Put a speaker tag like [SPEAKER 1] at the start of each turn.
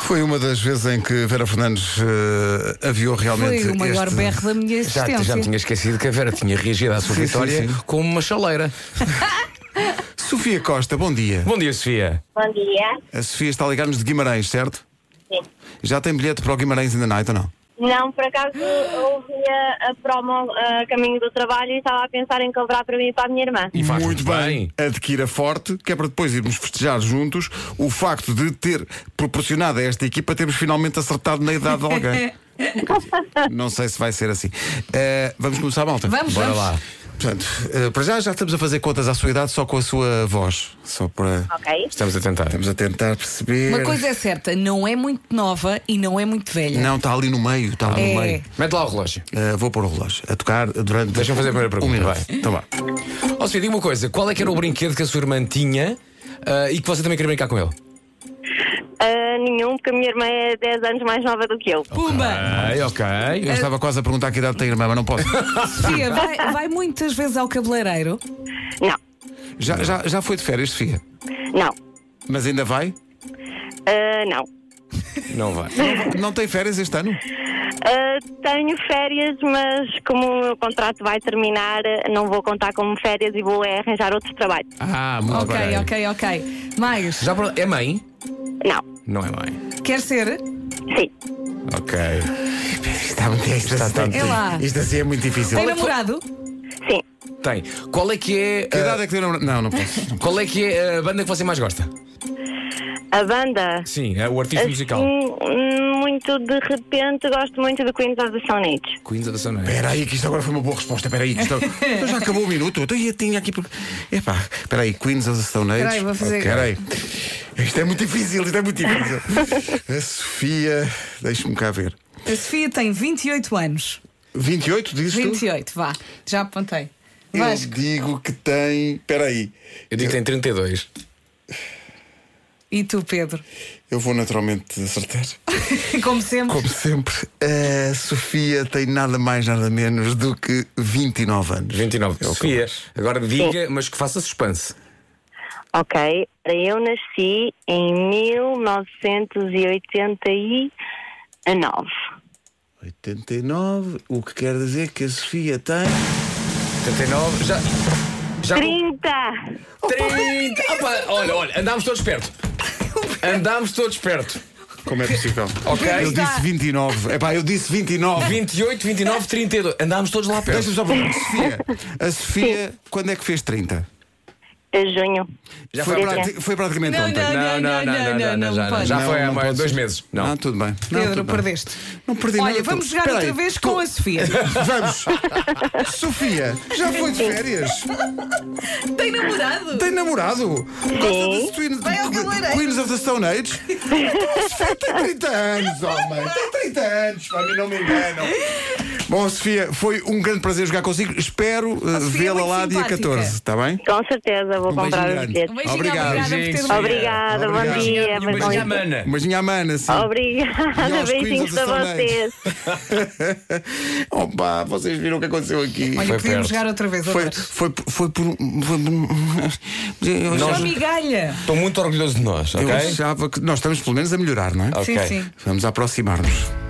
[SPEAKER 1] Foi uma das vezes em que Vera Fernandes eh, aviou realmente.
[SPEAKER 2] Foi o maior
[SPEAKER 1] este...
[SPEAKER 2] berro da minha
[SPEAKER 3] Já,
[SPEAKER 2] existência.
[SPEAKER 3] já me tinha esquecido que a Vera tinha reagido à sua
[SPEAKER 1] Sim, sim,
[SPEAKER 3] vitória
[SPEAKER 1] sim.
[SPEAKER 3] com uma chaleira.
[SPEAKER 1] Sofia Costa, bom dia.
[SPEAKER 3] Bom dia, Sofia.
[SPEAKER 4] Bom dia.
[SPEAKER 1] A Sofia está a ligar-nos de Guimarães, certo?
[SPEAKER 4] Sim.
[SPEAKER 1] Já tem bilhete para o Guimarães in the Night ou não?
[SPEAKER 4] Não, por acaso eu ouvi a, a promo a caminho do trabalho e estava a pensar em comprar para mim e para a minha irmã.
[SPEAKER 3] E faz
[SPEAKER 1] muito
[SPEAKER 3] muito
[SPEAKER 1] bem. Adquira forte, que é para depois irmos festejar juntos o facto de ter proporcionado a esta equipa termos finalmente acertado na idade de alguém. Não sei se vai ser assim. Eh, vamos começar, malta.
[SPEAKER 2] Vamos,
[SPEAKER 3] Bora
[SPEAKER 2] vamos.
[SPEAKER 3] lá.
[SPEAKER 1] Portanto, eh, para já já estamos a fazer contas à sua idade só com a sua voz. Só para.
[SPEAKER 4] Ok?
[SPEAKER 3] Estamos a tentar.
[SPEAKER 1] Estamos a tentar perceber.
[SPEAKER 2] Uma coisa é certa, não é muito nova e não é muito velha.
[SPEAKER 1] Não, está ali no meio, está ali no
[SPEAKER 2] É.
[SPEAKER 1] meio.
[SPEAKER 3] Mete lá o relógio.
[SPEAKER 1] Eh, vou pôr o relógio a tocar durante.
[SPEAKER 3] Deixa-me fazer a primeira
[SPEAKER 1] Um
[SPEAKER 3] pergunta,
[SPEAKER 1] minuto.
[SPEAKER 3] vai.
[SPEAKER 1] Então vá.
[SPEAKER 3] Ó Sofia, diga uma coisa: qual é que era o brinquedo que a sua irmã tinha ah, e que você também queria brincar com ele?
[SPEAKER 4] Ah, nenhum, porque a minha irmã é 10 anos mais nova do que eu.
[SPEAKER 2] Pumba!
[SPEAKER 3] Ok, Ah, ok.
[SPEAKER 1] Eu estava quase a perguntar que idade tem a irmã, mas não posso.
[SPEAKER 2] Sofia, vai, vai muitas vezes ao cabeleireiro.
[SPEAKER 4] Não,
[SPEAKER 1] já, já, já foi de férias, Sofia?
[SPEAKER 4] não,
[SPEAKER 1] Mas ainda vai?
[SPEAKER 4] Ah, não.
[SPEAKER 3] Não vai.
[SPEAKER 1] Não tem férias este ano?
[SPEAKER 4] Ah, tenho férias, mas como o meu contrato vai terminar, não vou contar como férias e vou é arranjar outro trabalho.
[SPEAKER 3] Ah, muito
[SPEAKER 2] Ok,
[SPEAKER 3] bem.
[SPEAKER 2] ok, ok. Mais,
[SPEAKER 3] Já pro- é mãe?
[SPEAKER 4] Não,
[SPEAKER 3] Não é mãe.
[SPEAKER 2] quer ser?
[SPEAKER 4] sim,
[SPEAKER 3] Ok.
[SPEAKER 1] Está muito isto, está,
[SPEAKER 2] É lá.
[SPEAKER 1] isto assim é muito difícil.
[SPEAKER 2] Tem namorado?
[SPEAKER 4] sim.
[SPEAKER 3] Tem. Qual é que é.
[SPEAKER 1] Que
[SPEAKER 3] ah,
[SPEAKER 1] idade é que tem namorado? Não, não posso.
[SPEAKER 3] qual é que é a banda que você mais gosta?
[SPEAKER 4] A banda.
[SPEAKER 3] Sim, é o artista musical.
[SPEAKER 4] Assim, muito de repente, gosto muito de Queens of the Stone Age.
[SPEAKER 3] Queens of the Sun Age.
[SPEAKER 1] Espera aí, que isto agora foi uma boa resposta. Espera aí, que isto... Então já acabou o minuto. Então eu tinha aqui. por- Epá, espera aí, Queens of the Stone Age.
[SPEAKER 2] Espera aí, vou fazer-
[SPEAKER 1] Ok, Espera aí. Isto é muito difícil, isto é muito difícil. A Sofia, deixa-me cá ver.
[SPEAKER 2] A Sofia tem 28 anos.
[SPEAKER 1] 28, dizes tu?
[SPEAKER 2] 28, vá, já apontei.
[SPEAKER 1] Eu
[SPEAKER 2] Vasco,
[SPEAKER 1] digo que tem. Espera aí.
[SPEAKER 3] Eu digo que tem 32.
[SPEAKER 2] e tu, Pedro?
[SPEAKER 1] Eu vou naturalmente acertar.
[SPEAKER 2] Como sempre.
[SPEAKER 1] Como sempre, a Sofia tem nada mais, nada menos do que 29 anos.
[SPEAKER 3] 29.
[SPEAKER 1] É o que
[SPEAKER 3] Sofia, agora diga, mas que faça suspense.
[SPEAKER 4] Ok, eu nasci em 1989.
[SPEAKER 1] Tá 89, o que quer dizer que a Sofia tem.
[SPEAKER 3] 39. Já. Já.
[SPEAKER 4] 30!
[SPEAKER 3] 30. Opa, Ah, olha, olha, andámos todos perto. Andámos todos perto.
[SPEAKER 1] Como é possível?
[SPEAKER 3] Ok?
[SPEAKER 1] Eu disse 29. Epá, eu disse 29.
[SPEAKER 3] 28, 29, 32. Andámos todos lá perto.
[SPEAKER 1] Deixa-me só perguntar. Sofia, a Sofia, quando é que fez 30?
[SPEAKER 4] A É junho.
[SPEAKER 3] Já
[SPEAKER 1] foi,
[SPEAKER 3] foi
[SPEAKER 1] prati-
[SPEAKER 4] ontem.
[SPEAKER 1] foi praticamente
[SPEAKER 2] Não,
[SPEAKER 1] ontem.
[SPEAKER 2] não.
[SPEAKER 3] já,
[SPEAKER 2] pode.
[SPEAKER 3] já
[SPEAKER 1] Não,
[SPEAKER 3] foi há
[SPEAKER 1] não
[SPEAKER 3] mais
[SPEAKER 1] pode
[SPEAKER 3] dois
[SPEAKER 1] ser.
[SPEAKER 3] meses.
[SPEAKER 1] Não,
[SPEAKER 3] Não.
[SPEAKER 1] tudo bem. Não,
[SPEAKER 2] Pedro,
[SPEAKER 1] tudo bem.
[SPEAKER 2] perdeste.
[SPEAKER 1] Não perdi
[SPEAKER 2] Olha,
[SPEAKER 1] nada,
[SPEAKER 2] vamos
[SPEAKER 1] tu-
[SPEAKER 2] jogar
[SPEAKER 1] Espera
[SPEAKER 2] outra
[SPEAKER 1] aí,
[SPEAKER 2] vez
[SPEAKER 1] tu-
[SPEAKER 2] com a Sofia.
[SPEAKER 1] Vamos! Sofia, já foi de férias?
[SPEAKER 2] Tem namorado?
[SPEAKER 1] Tem namorado? Gosta de Twin-
[SPEAKER 2] Vai ao cabeleireiro.
[SPEAKER 1] Queens of the Stone Age? Sofia tem 30 anos, homem. Tem 30 anos, para mim não me enganam. Bom, Sofia, foi um grande prazer jogar consigo. Espero eh,
[SPEAKER 2] Sofia
[SPEAKER 1] vê-la
[SPEAKER 2] é muito
[SPEAKER 1] lá dia
[SPEAKER 2] simpática.
[SPEAKER 1] 14, está bem?
[SPEAKER 4] Com certeza vou
[SPEAKER 1] Um
[SPEAKER 4] comprar
[SPEAKER 1] beijinho
[SPEAKER 4] os
[SPEAKER 1] grande.
[SPEAKER 4] bilhetes.
[SPEAKER 2] Beijinho,
[SPEAKER 1] Obrigado.
[SPEAKER 2] obrigada por ter
[SPEAKER 3] Beijinhos.
[SPEAKER 2] vindo.
[SPEAKER 4] Obrigada, bom
[SPEAKER 1] Obrigado.
[SPEAKER 4] dia.
[SPEAKER 3] E um
[SPEAKER 4] mas
[SPEAKER 3] beijinho à
[SPEAKER 4] bom-
[SPEAKER 3] mana.
[SPEAKER 1] Mas minha mana,
[SPEAKER 2] Ah.
[SPEAKER 1] sim. E
[SPEAKER 4] Obrigada,
[SPEAKER 1] aos Queens
[SPEAKER 4] beijinhos
[SPEAKER 1] of the
[SPEAKER 4] para
[SPEAKER 1] Stone Age.
[SPEAKER 4] vocês.
[SPEAKER 1] Opa, vocês viram o que aconteceu aqui.
[SPEAKER 2] Olha,
[SPEAKER 3] Foi
[SPEAKER 2] podíamos
[SPEAKER 3] perto.
[SPEAKER 2] jogar outra vez.
[SPEAKER 1] Foi,
[SPEAKER 2] Agora.
[SPEAKER 1] foi, foi por. um- Foi por um- Eu
[SPEAKER 2] Só
[SPEAKER 3] Nós-
[SPEAKER 2] migalha.
[SPEAKER 3] Estou muito orgulhoso de nós,
[SPEAKER 1] Eu
[SPEAKER 3] ok?
[SPEAKER 1] achava que nós estamos pelo menos a melhorar, não é?
[SPEAKER 3] Ok.
[SPEAKER 2] Sim, sim.
[SPEAKER 1] Vamos aproximar-nos.